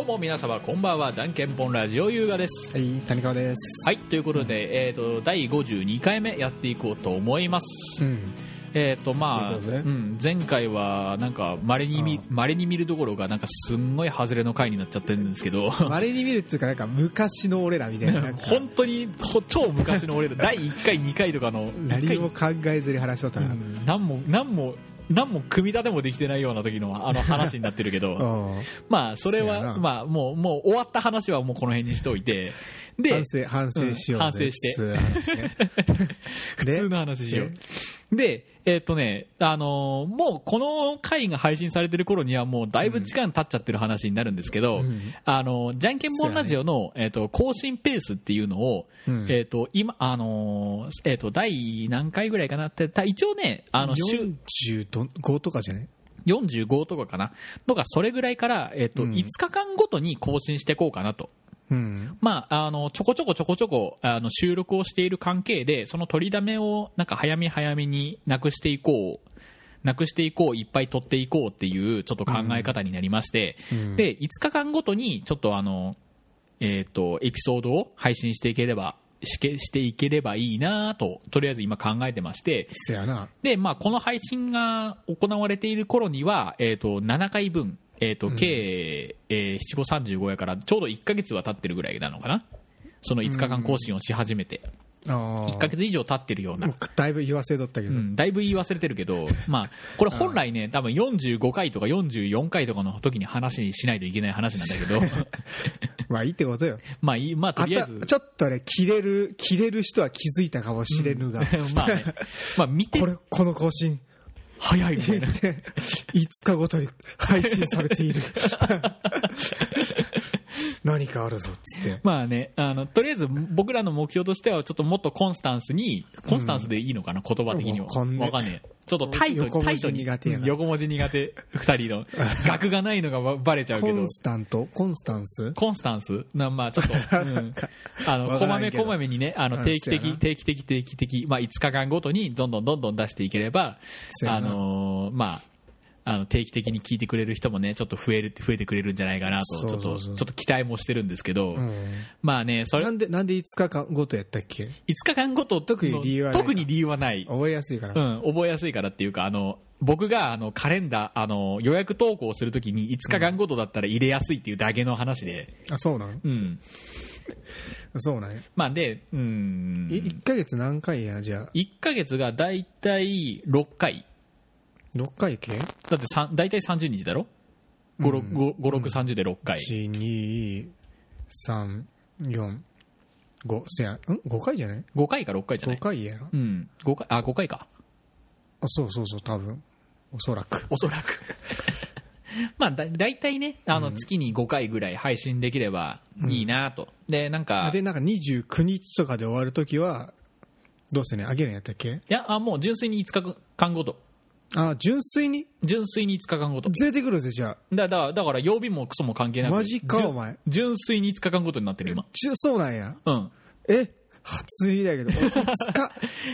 うも皆様こんばんはじゃんけんぽんラジオ優雅ですはい、谷川です。はいということで、えー、と第52回目やっていこうと思いますうん。えーとまあということでうん、前回はなんか稀に見ああ稀に見るところがなんかすんごい外れの回になっちゃってるんですけ ど稀に見るっていうか、なんか昔の俺らみた いな、なんか本当にほ超昔の俺ら第1回2回とかの何も考えずに話しとったから。何も何も何も組み立てもできてないような時のあの話になってるけど、 うん。まあそれそやはなまあもうもう終わった話はもうこの辺にしておいてで反省、反省しよううん反省して普普通通の話ね。の話しようでえーっとねあのーもうこの回が配信されてる頃にはもうだいぶ時間経っちゃってる話になるんですけど、うんあのーじゃんけんぽんラジオの、えーっと更新ペースっていうのを、うんえーっと今あのーえーっと第何回ぐらいかなってた一応ねあの週45とかじゃね45とかかなとかそれぐらいから、えっとうん5日間ごとに更新していこうかなと。うん。まあ、あのちょこちょこちょこちょこあの収録をしている関係でその取りだめをなんか早め早めになくしていこうなくしていこういっぱい取っていこうっていうちょっと考え方になりまして、うんで5日間ごとにちょっとあの、えー、とエピソードを配信していければしけしていければいいなととりあえず今考えてましてせやな。で、まあ、この配信が行われている頃には、えー、と7回分、えーと計、えー、7535やからちょうど1ヶ月は経ってるぐらいなのかなその5日間更新をし始めて、あ1ヶ月以上経ってるような、もうだいぶ言わせとったけうど。んだいぶ言い忘れてるけど、まあ、これ本来ね多分45回とか44回とかの時に話にしないといけない話なんだけど まあいいってことよ。まあ、いいまあ、とありあた、えずちょっとね、切れる、切れる人は気づいたかもしれぬが、 まあ、ね、まあ見てこれ、この更新、早いみたいな5日ごとに配信されて いる何かあるぞっつってまあね、あのとりあえず僕らの目標としてはちょっともっとコンスタンスにコンスタンスでいいのかな、言葉的にはわかんねえわかんねえちょっとタイトに横文字タイトに苦手やなうん横文字苦手2人の 額がないのがばバレちゃうコけどンスタントコンスタンスコンスタンスなまあちょっと、 うんあのわこかまらんめけどこまめにねあうのん定期そうや的な定期的定期的、まあ、5日間ごとにどんどんどんどん出していければそうやあなのーまああの定期的に聞いてくれる人もねちょっと増える増えてくれるんじゃないかなとちょっそうそとうちそょっうと期待もしてるんですけど、うんまあねそれなんでなんで5日間ごとやったっけ5日間ごとの特に理由はない特に理由はない、覚えやすいかうら、ん、覚えやすいからっていうかあの僕があのカレンダーあの予約投稿するときに5日間ごとだったら入れやすいっていうだけの話で、あそうなんうん、そうなんや、まあで、うん、い1ヶ月何回やじゃあ1ヶ月がだいたい6回6回けだってさんだいたい30日だろ5630で6回、 12345せやん5回じゃない5回か6回じゃな5い回やなうん、5回あ5回かあそうそうそう多分おそらくおそらく まあだ大体ねあの月に5回ぐらい配信できればいいなと、でなんかでなんか29日とかで終わるときはどうせねあげるんやったっけいやあもう純粋に5日間ごとあ純粋に純粋に5日間ごと連れてくるぜじゃだだだから曜日もクソも関係なくマジか純お前純粋に5日間ごとになってる今あちゅそうなんやうんえ初耳だけど俺5日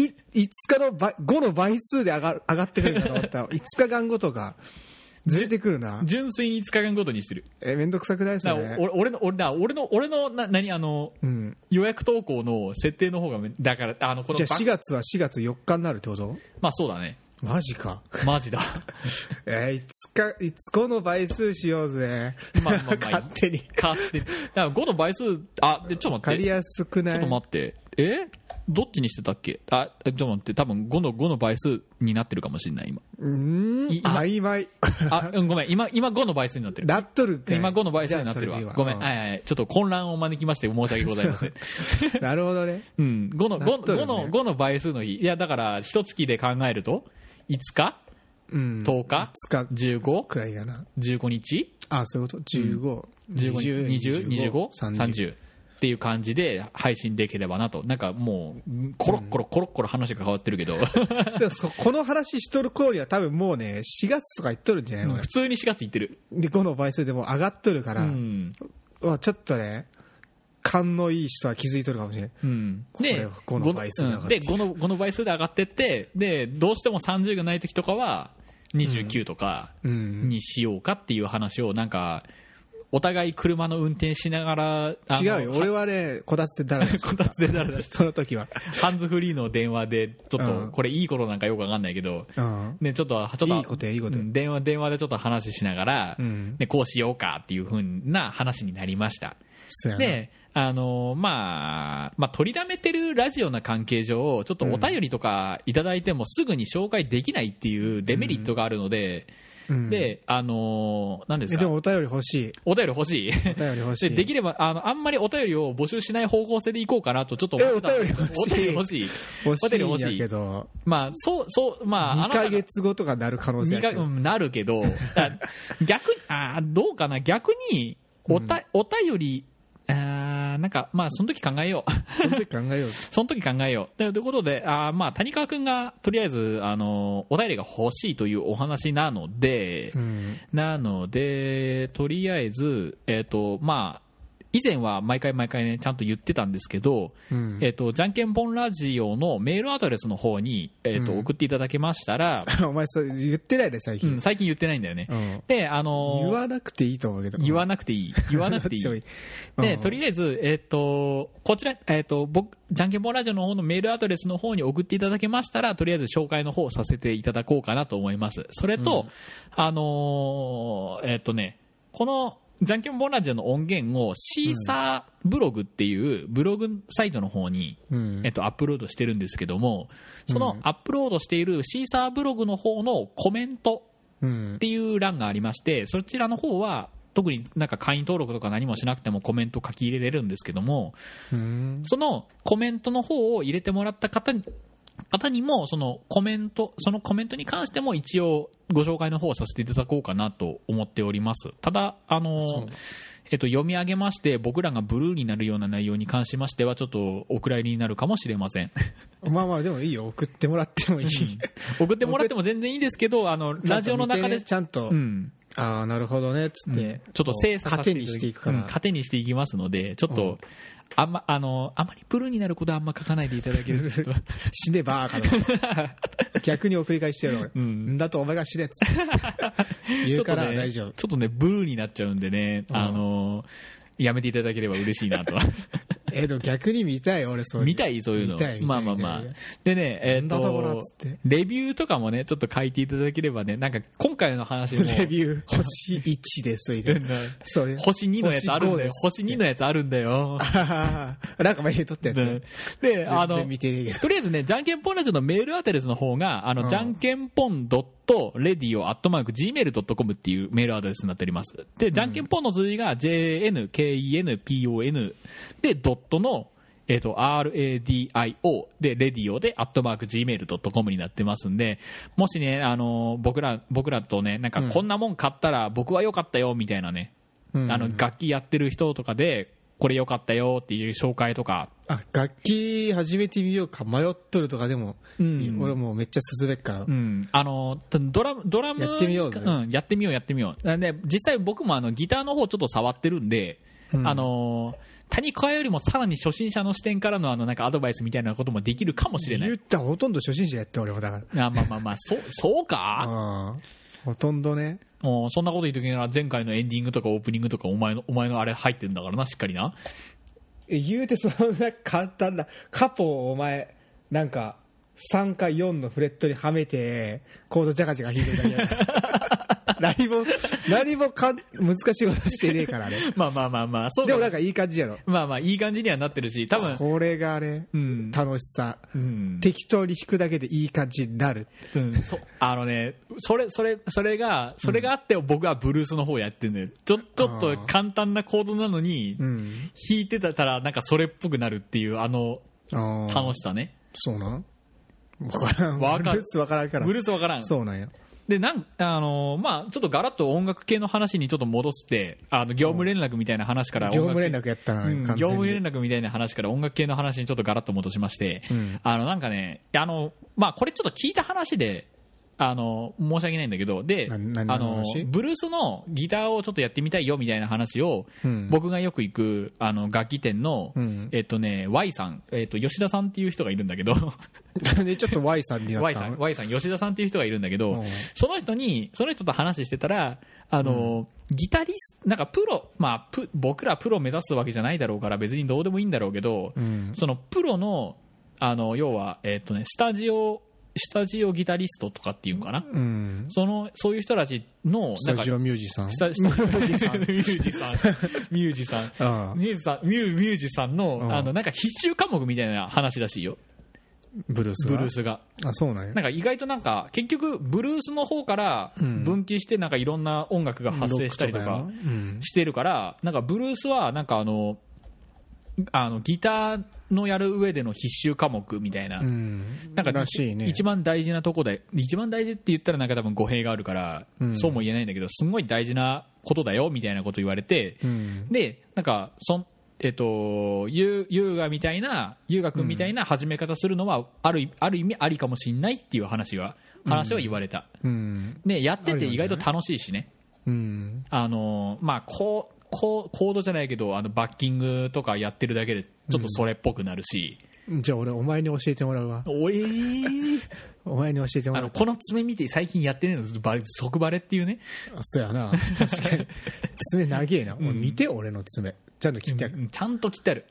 い5日の倍5の倍数で上が上がってくるんだと思 った5日間後とかずれてくるな純粋に5日間ごとにしてるえめんどくさくないですだよからねお俺の俺だ俺の俺のな何あのうん、予約投稿の設定の方がめだからあのこのじゃあば4月は4月4日になるってことまあそうだねマジかマ ジだえー、5日5個の倍数しようぜ、まあまあまあ 勝手に勝手だから5の倍数あでちょっと待借っりてやすくないちょっと待ってえどっちにしてたっけあちょっと待って多分5の5の倍数になってるかもしれない今うーんい今曖昧 あうんごめん今今5の倍数になってるなっとるんかい今5の倍数になってるじゃあそれでいいわごめん、うはいはいちょっと混乱を招きまして申し訳ございません、 なるほどねうん、5のなっとるね5の5の倍数の日いやだから一月で考えると5日うん10日5日15くらいやな15日あそういうこと1520 15日20 25 30 30っていう感じで配信できればなとなんかもうコロッコロコロッコロ話が変わってるけど、 でもそこの話しとる頃には多分もうね4月とか言っとるんじゃない、俺普通に4月いってる、で5の倍数でもう上がっとるから、ううんわちょっとね勘のいい人は気づいとるかもしれないうんこれでは5の倍数で上がってうんで5の5の倍数で上がってってでどうしても30がない時とかは29とかうんにしようかっていう話をなんかお互い車の運転しながらあの違うよ俺はねこたつでだらだ らしてたでだらだらして その時はハンズフリーの電話でちょっうんとこれいいことなんかよくわかんないけど、うんね、ちょっとちょっといいことよいいことようん電話電話でちょっと話しながら、うんね、こうしようかっていうふうな話になりましたそうやなであのまあ、まあ取りだめてるラジオな関係上ちょっとお便りとかいただいてもすぐに紹介できないっていうデメリットがあるので、うんであの何ですえでかもお便り欲しいお便り欲しいお便り欲しでいできればあのあんまりお便りを募集しない方向性でいこうかなとちょっと思ってたんですけどえお便お便り欲り欲しい欲しお便りいん欲しいやけどまあそうそうまああ2なたヶが月後とかなる可能性二あ回るけうどんなるけどだ逆にあーどうかな逆におた、お便りあーなんかまあその時考えよう その時考えようぜその時考えようでということであーまあ谷川君がとりあえずあのお便りが欲しいというお話なので、うんなので、とりあえず、えっとまあ、以前は毎回毎回、ね、ちゃんと言ってたんですけど、うんえっとじゃんけんぽんラジオのメールアドレスの方に、えっとうん送っていただけましたら、お前それ言ってないね最う近ん、最近言ってないんだよね。うんで、あのー言わなくていいと思うけど言わなくていい、言わな くていい。で、とありあえず、えっ、と、こちら、えっ、と、僕、じゃんけんぽんラジオの方のメールアドレスの方に送っていただけましたら、とりあえず紹介の方をさせていただこうかなと思います。それと、あのーえっ、とね、この、じゃんけんぽんラジオの音源をシーサーブログっていうブログサイトの方に、うんえっと、アップロードしてるんですけども、そのアップロードしているシーサーブログの方のコメントうんっていう欄がありましてそちらの方は特になんか会員登録とか何もしなくてもコメント書き入れれるんですけどもうんそのコメントの方を入れてもらった方に方にもそのコメントそのコメントに関しても一応ご紹介の方をさせていただこうかなと思っておりますただあのそう、えっと、読み上げまして僕らがブルーになるような内容に関しましてはちょっとお蔵入りになるかもしれませんまあまあでもいいよ送ってもらってもい い送ってもらっても全然いいですけどあのラジオの中なんか見てでねちゃんとうんああなるほどねっつってちょっと精査させ糧にしていくかうんら糧にしていきますのでちょっうと、あんまあのあまりプルーになることはあんま書かないでいただけると死ねばーかと 逆に送り返してやろう俺んだとお前が死ねっつって 言うから大丈夫ちょっとねブルーになっちゃうんでね、あのやめていただければ嬉しいな とえでも逆に見たい俺そういう見たいそういうの見たい見たいまあまあまあ見たいでねえっ、なんだとこらっとつってレビューとかもねちょっと書いていただければねなんか今回の話も レビュー星1ですみ たいなそうね星2のやつあるんだよ星星2のやつあるんだよあー なんか前に撮ったやつねで、あ全の、然見てねえけどとりあえずね、じゃんけんぽんラジオのメールアドレスの方が、あの、うんじゃんけんぽん .radio.gmail.com っていうメールアドレスになっております。で、じゃんけんぽんの数字が jnkenpon で、ドットの、えっ、と、radio で、radio で、アットマーク gmail.com になってますんで、もしね、あの、僕ら、僕らとね、なんか、こんなもん買ったら僕は良かったよ、みたいなね、うんあの、楽器やってる人とかで、これ良かったよっていう紹介とか、あ楽器始めてみようか迷っとるとかでもいい、うん俺もうめっちゃ進めっから、うん、あのドラムドラムやってみようぜん、やってみようやってみようなんで実際僕もあのギターの方ちょっと触ってるんで、うんあの谷川よりもさらに初心者の視点からのあのなんかアドバイスみたいなこともできるかもしれな言いったらほとんど初心者やって俺もだからあまあまあまあそそうかあーほとんどねもうそんなこと言うときなら前回のエンディングとかオープニングとかお前のお前のあれ入ってんだからなしっかりなえ言うてそんな簡単なカポをお前なんか3か4のフレットにはめてコードジャカジャカ弾いてるだけ だから何も何もかん難しいことしてねえからねまあまあまあまあそうでかもなんかいい感じやろまあまあいい感じにはなってるし多分これがね、うん楽しさ、うん適当に弾くだけでいい感じになるうん、そあのねそれそれそれがそれがあって僕はブルースの方やってるのよちょちょっと簡単なコードなのにう弾んいてたらなんかそれっぽくなるっていうあのあー楽しさねそうなん分からんわかブルース分からんからブルースわからんそうなんやでなんあのまあちょっとガラッと音楽系の話にちょっと戻してあの業務連絡みたいな話から業音楽系務連絡やったな、うん完業全務に連絡みたいな話から音楽系の話にちょっとガラッと戻しまして、うんあのなんかねあの、まあ、これちょっと聞いた話であの申し訳ないんだけどでなあ何のの話ブルースのギターをちょっとやってみたいよみたいな話を、うん僕がよく行くあの楽器店の、うんえっとね、Y さん、えっと、吉田さんっていう人がいるんだけどなん でちょっと Y さんになっ Y たさんの y さん吉田さんっていう人がいるんだけど、うんその人にその人と話してたらあの、ギタリスなんかプロ、まあ、プ僕らプロ目指すわけじゃないだろうから別にどうでもいいんだろうけど、うんそのプロのあの要は、えっとね、スタジオスタジオギタリストとかっていうのかな、うんそのそういう人たちのスなタんかジオミュージさんスタスタミュージ さんミュージさんミュージさんああミュージさんミューミュージさんの,、うんあのなんか必修科目みたいな話らしいよブルースブがルースがあそうなんやなんか意外となんか結局ブルースの方からうん分岐してなんかいろんな音楽が発生したりとロッかクやなうんしてるからなんかブルースはなんかあのあのギターのやる上での必修科目みたいな、うんなんからしいね一番大事なとこで一番大事って言ったらなんか多分語弊があるから、うんそうも言えないんだけどすごい大事なことだよみたいなこと言われて、うんでなんかそんえっと、ゆ優雅みたいな優雅君みたいな始め方するのはある,、ある意味ありかもしんないっていう話は話は言われた、うんでやってあてりなん意じゃない外と楽しいしねうんあのまあこうこうコードじゃないけどあのバッキングとかやってるだけでちょっとそれっぽくなるし、じゃあ俺お前に教えてもらうわおえーお前に教えてもあらのうこの爪見て最近やってねえのバレ即バレっていうねあそうやな確かに爪長えな、俺見て俺の爪ちゃんと切ってやる、うんちゃんと切ってある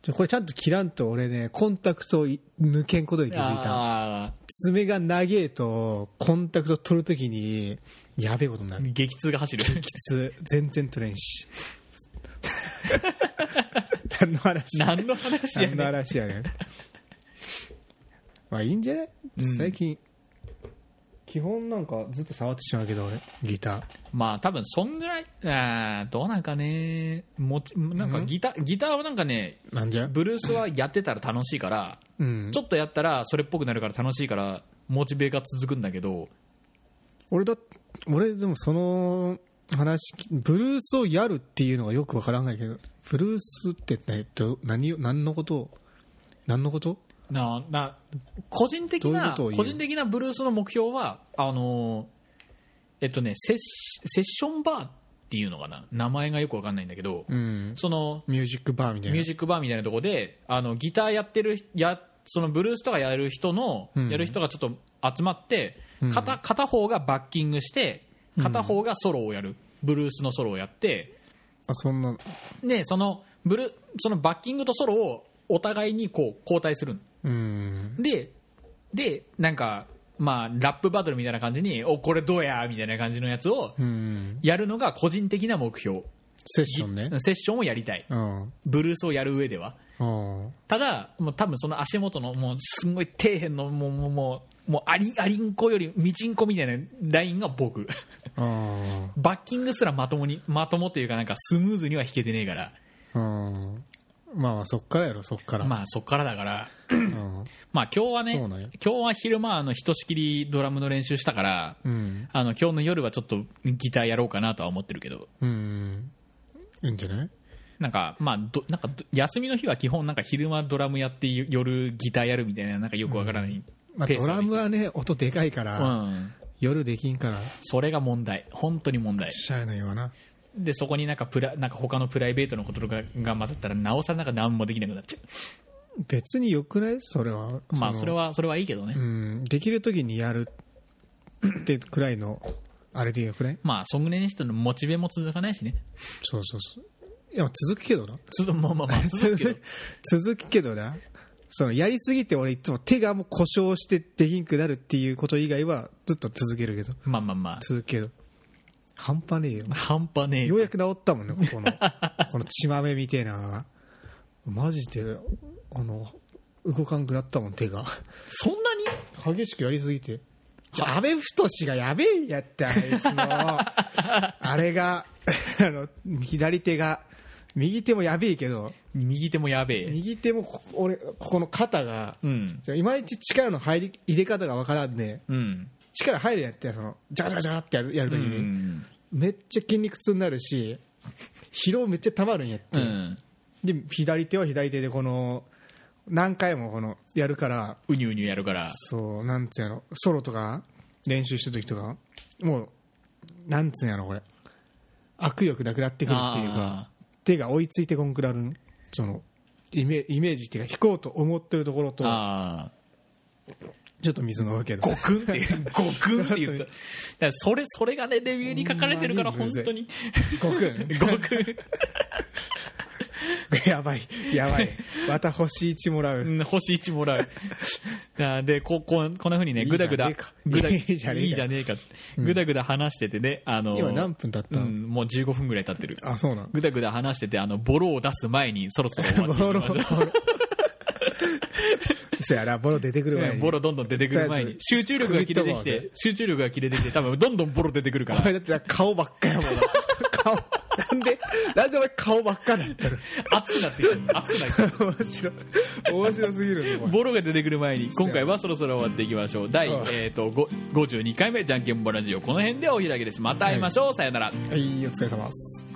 ちょこれちゃんと切らんと俺ねコンタクトをい抜けんことに気づいたあ爪が長えとコンタクト取るときにやべえことになるー激痛が走 るきつ全然取れん し何の話何の話やね何のん話や ねんまあいいんじゃない、最近基本なんかずっと触ってしまうけど俺ギターまあ多分そんぐらいあーどうなんかねもちなんかギターギターはなんかねなんじゃブルースはやってたら楽しいからうんちょっとやったらそれっぽくなるから楽しいからモチベが続くんだけど俺だ俺でもその話ブルースをやるっていうのがよくわからないけどブルースって、ね、ど何を何のことを何のことなな個人的どういうなことを言う個人的なブルースの目標はあのーえっとねセッシセッションバーっていうのかな名前がよくわかんないんだけど、うんそのミュージックバーみたいなミュージックバーみたいなとこであのギターやってるやそのブルースとかやる人の、うんやる人がちょっと集まって、うん片片方がバッキングして片方がソロをやる、ブルースのソロをやってあそんなでそのブルそのバッキングとソロをお互いにこう交代するのうんででなんかまあラップバトルみたいな感じにおこれどうやみたいな感じのやつをうんやるのが個人的な目標、セッションねセッションをやりたいうんブルースをやる上ではうんただもう多分その足元のもうすんごい底辺のもうもうもうもうアリアリンコよりミチンコみたいなラインが僕 うんバッキングすらまともにまともというかなんかスムーズには弾けてねえからうんまあまあそっからやろそっから、まあそっからだからうんまあ今日はねそうなんや今日は昼間あのひとしきりドラムの練習したからうんあの今日の夜はちょっとギターやろうかなとは思ってるけどうんいいんじゃないなんかまあどなんかど休みの日は基本なんか昼間ドラムやって夜ギターやるみたいななんかよくわからないまあ、ペースドでラムはね音でかいから、うん夜できんからそれが問題本当に問題しゃあないわなでそこになんかプラなんか他のプライベートのこととかが混ざったらなおさらなんか何もできなくなっちゃ別によくないそれはうまあのそれはそれはいいけどね、うんできる時にやるってくらいのあれでよくないまあソングレニストのモチベも続かないしねそうそうそういや続くけどなつまあまあま あ続続くけどく続くけどなそのやりすぎて俺いつも手がもう故障してできんくなるっていうこと以外はずっと続けるけどまあまあま続くけど半端ねえよあ半端ねえようやく治ったもんねここの この血まめみてえなマジであの動かんくなったもん手がそんなに激しくやりすぎてじゃあ安倍太がやべえやってあいつのあれがあの左手が右手もやべえけど右手もやべえ右手もこ俺ここの肩がうんいまいち力の入り入れ方がわからんでうん力入るやってそのジャガジャガジャガってやるやるうときに、んめっちゃ筋肉痛になるし疲労めっちゃたまるんやっうて、んで左手は左手でこの何回もこのやるからうにゅうにゅやるからそうなんていうのソロとか練習した時とかもうなんつうんやろこれ握力なくなってくるっていうかあ手が追いついてこんくなるそのイメイメージっていうか引こうと思ってるところとああちょっと水のわけだゴクンって いうゴクンって言っただからそれそれがねレビューに書かれてるからほんま本にむずい当にごくゴんク やばいや ばいまた星1もらう、ン星1も らうなでこここんなふうにねいいじゃねグダグえダかグダいいじゃねえかいいじゃねえかグダグダ話しててねあの今何分経ったうのんもう15分ぐらい経ってるあそうなのぐだぐだ話しててあのボロを出す前にそろそろ終わっていボロきボまロしょ そやなボロ出てくるう前ねにボロどんどん出てくる前にとりあえず集中力が切れてき首て集中力が切れてきて多分どんどんボロ出てくるかお前らだって顔ばっかやもんな 顔なんでなんで俺顔ばっかなんてる 熱くなってきてる熱くなってきてる面白い面白すぎるねお前ボロが出てくる前に今回はそろそろ終わっていきましょう第、えー、とご52回目じゃんけんボラジオこの辺でお開きですまた会いましょう、さよならはいお疲れ様です